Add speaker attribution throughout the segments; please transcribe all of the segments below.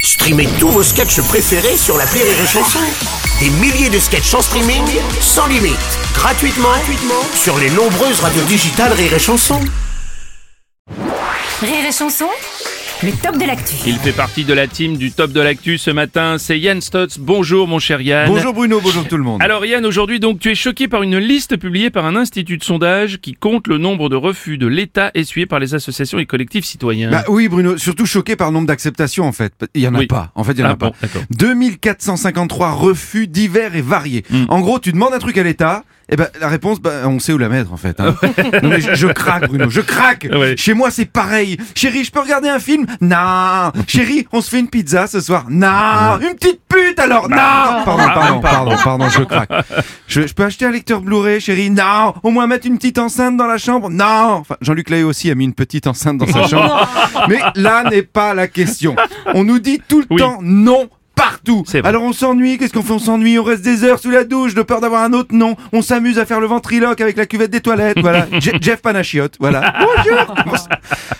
Speaker 1: Streamez tous vos sketchs préférés sur la Rire et Chanson. Des milliers de sketchs en streaming, sans limite, gratuitement, gratuitement sur les nombreuses radios digitales Rire et Chanson.
Speaker 2: Rire et chanson, le top de l'actu.
Speaker 3: Il fait partie de la team du top de l'actu ce matin, c'est Yann Stotz. Bonjour mon cher Yann.
Speaker 4: Bonjour Bruno, bonjour tout le monde.
Speaker 3: Alors Yann, aujourd'hui donc tu es choqué par une liste publiée par un institut de sondage qui compte le nombre de refus de l'État essuyés par les associations et collectifs citoyens.
Speaker 4: Bah oui Bruno, surtout choqué par le nombre d'acceptations en fait. Il y en a
Speaker 3: Oui.
Speaker 4: pas. En fait, il y en a
Speaker 3: Ah
Speaker 4: pas.
Speaker 3: bon, d'accord.
Speaker 4: 2453 refus divers et variés.
Speaker 3: Hmm.
Speaker 4: En gros, tu demandes un truc à l'État, et ben la réponse bah, on sait où la mettre en fait. hein. Non, mais je, je craque Bruno, je craque.
Speaker 3: Ouais.
Speaker 4: Chez moi c'est pareil. Chérie, je peux regarder un film Nah. Chérie, on se fait une pizza ce soir Nah. Une petite pute alors
Speaker 3: Bah.
Speaker 4: Nah. Pardon,
Speaker 3: Ah,
Speaker 4: pardon, pardon, pardon, je craque. Je, je peux acheter un lecteur Blu-ray, chérie Non. Au moins mettre une petite enceinte dans la chambre Non. Enfin, Jean-Luc Lahaye aussi a mis une petite enceinte dans sa chambre. Mais là n'est pas la question. On nous dit tout le
Speaker 3: Oui.
Speaker 4: temps non. Partout.
Speaker 3: C'est vrai.
Speaker 4: Alors on s'ennuie, qu'est-ce qu'on fait On s'ennuie, on reste des heures sous la douche de peur d'avoir un autre nom. On s'amuse à faire le ventriloque avec la cuvette des toilettes. Voilà. Je- Jeff Panachiotte. Voilà. Bonjour.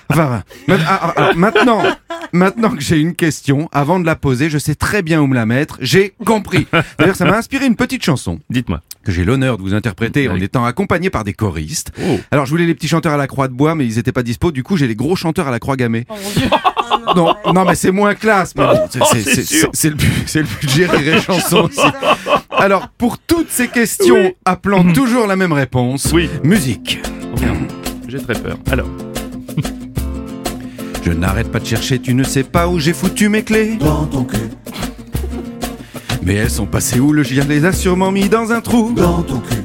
Speaker 4: Enfin, ma- ah, ah, ah, maintenant, maintenant que j'ai une question, avant de la poser, je sais très bien où me la mettre. J'ai compris. D'ailleurs, ça m'a inspiré une petite chanson
Speaker 3: Dites-moi.
Speaker 4: que j'ai l'honneur de vous interpréter en
Speaker 3: Avec-
Speaker 4: étant accompagné par des choristes.
Speaker 3: Oh.
Speaker 4: Alors je voulais les petits chanteurs à la croix de bois, mais ils étaient pas dispo. Du coup, j'ai les gros chanteurs à la croix gammée. non, non, mais c'est moins classe. mais bon, c'est-
Speaker 3: Oh,
Speaker 4: c'est-
Speaker 3: c'est
Speaker 4: c'est-
Speaker 3: sûr.
Speaker 4: c'est- C'est le but- c'est le budget Rire et chanson. aussi. Alors pour toutes ces questions appelant toujours la même réponse.
Speaker 3: Mm. Oui.
Speaker 4: Musique.
Speaker 3: J'ai très peur. Alors,
Speaker 4: Je n'arrête pas de chercher, tu ne sais pas où j'ai foutu mes clés. Dans ton cul. Mais elles sont passées où Le chien les a sûrement mis dans un trou. Dans ton cul.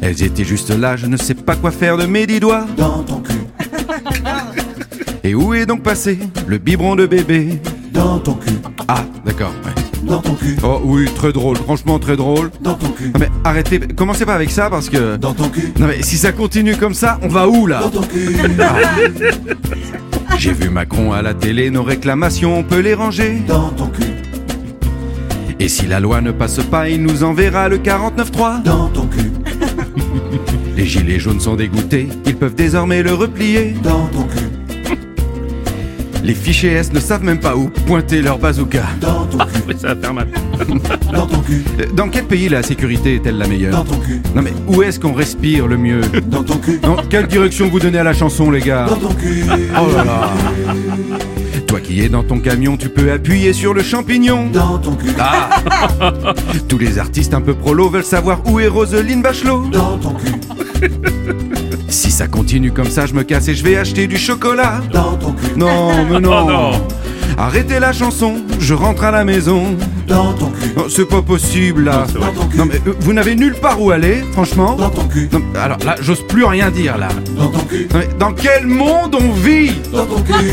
Speaker 4: Elles étaient juste là, je ne sais pas quoi faire de mes dix doigts. Dans ton cul. Et où est donc passé le biberon de bébé
Speaker 5: Dans ton cul,
Speaker 4: Ah, d'accord. ouais.
Speaker 5: dans ton cul,
Speaker 4: Oh oui, très drôle, franchement très drôle.
Speaker 5: dans ton cul,
Speaker 4: Non Ah, mais arrêtez, commencez pas avec ça parce que...
Speaker 5: dans ton cul,
Speaker 4: Non mais si ça continue comme ça, on va où là
Speaker 5: dans ton cul,
Speaker 4: J'ai vu Macron à la télé, nos réclamations, on peut les ranger.
Speaker 5: dans ton cul,
Speaker 4: Et si la loi ne passe pas, il nous enverra le 49-3.
Speaker 5: dans ton cul,
Speaker 4: Les gilets jaunes sont dégoûtés, ils peuvent désormais le replier.
Speaker 5: dans ton cul,
Speaker 4: Les fichiers S ne savent même pas où pointer leur bazooka.
Speaker 5: dans ton cul,
Speaker 3: oui, ça va faire mal.
Speaker 5: dans ton cul,
Speaker 4: Euh, Dans quel pays la sécurité est-elle la
Speaker 5: dans
Speaker 4: meilleure
Speaker 5: ton cul,
Speaker 4: Non mais où est-ce qu'on respire le mieux
Speaker 5: dans ton cul,
Speaker 4: Dans quelle direction vous donnez à la chanson les gars
Speaker 5: dans ton cul,
Speaker 4: Oh là là Toi qui es dans ton camion, tu peux appuyer sur le champignon.
Speaker 5: dans ton cul,
Speaker 4: Tous les artistes un peu prolo veulent savoir où est Roselyne Bachelot.
Speaker 5: dans ton cul,
Speaker 4: Si ça continue comme ça, je me casse et je vais acheter du chocolat.
Speaker 5: dans ton cul,
Speaker 4: Non, mais non.
Speaker 3: Oh non.
Speaker 4: Arrêtez la chanson, je rentre à la maison.
Speaker 5: dans ton cul,
Speaker 4: Non, c'est pas possible là.
Speaker 3: c'est
Speaker 5: dans ton
Speaker 4: Non
Speaker 5: cul,
Speaker 4: mais euh, vous n'avez nulle part où aller, franchement.
Speaker 5: dans ton cul,
Speaker 4: Non, mais, alors là, j'ose plus rien dire là.
Speaker 5: dans ton cul,
Speaker 4: Non, mais dans quel monde on vit
Speaker 5: dans ton cul,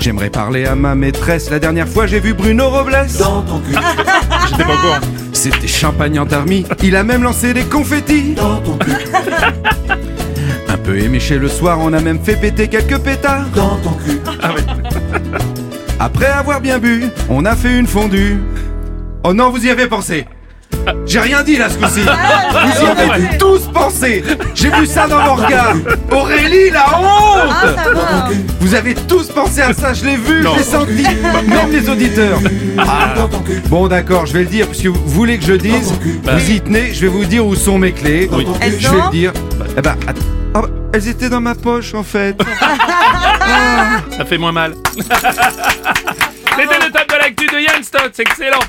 Speaker 4: J'aimerais parler à ma maîtresse. La dernière fois, j'ai vu Bruno Robles.
Speaker 5: dans ton cul,
Speaker 3: J'étais pas au courant.
Speaker 4: C'était champagne en tarmi. Il a même lancé des confettis.
Speaker 5: dans ton cul,
Speaker 4: Un peu éméché le soir, on a même fait péter quelques pétards.
Speaker 5: dans ton cul,
Speaker 4: Après avoir bien bu, on a fait une fondue. Oh non, vous y avez pensé J'ai rien dit là ce coup-ci Vous y avez tous pensé J'ai vu ça dans vos regards Aurélie, la honte Vous avez tous pensé à ça, je l'ai vu, je l'ai senti Même les auditeurs
Speaker 5: dans ton cul,
Speaker 4: Bon d'accord, je vais le dire, puisque vous voulez que je dise,
Speaker 5: Dans ton cul.
Speaker 4: vous y tenez, je vais vous dire où sont mes clés.
Speaker 5: Oui. Dans ton
Speaker 4: Je
Speaker 5: cul.
Speaker 4: vais le dire. Eh ben, att- ah bah, elles étaient dans ma poche en fait.
Speaker 3: Ça fait moins mal. C'était le top de l'actu de Yann Stotz, excellent.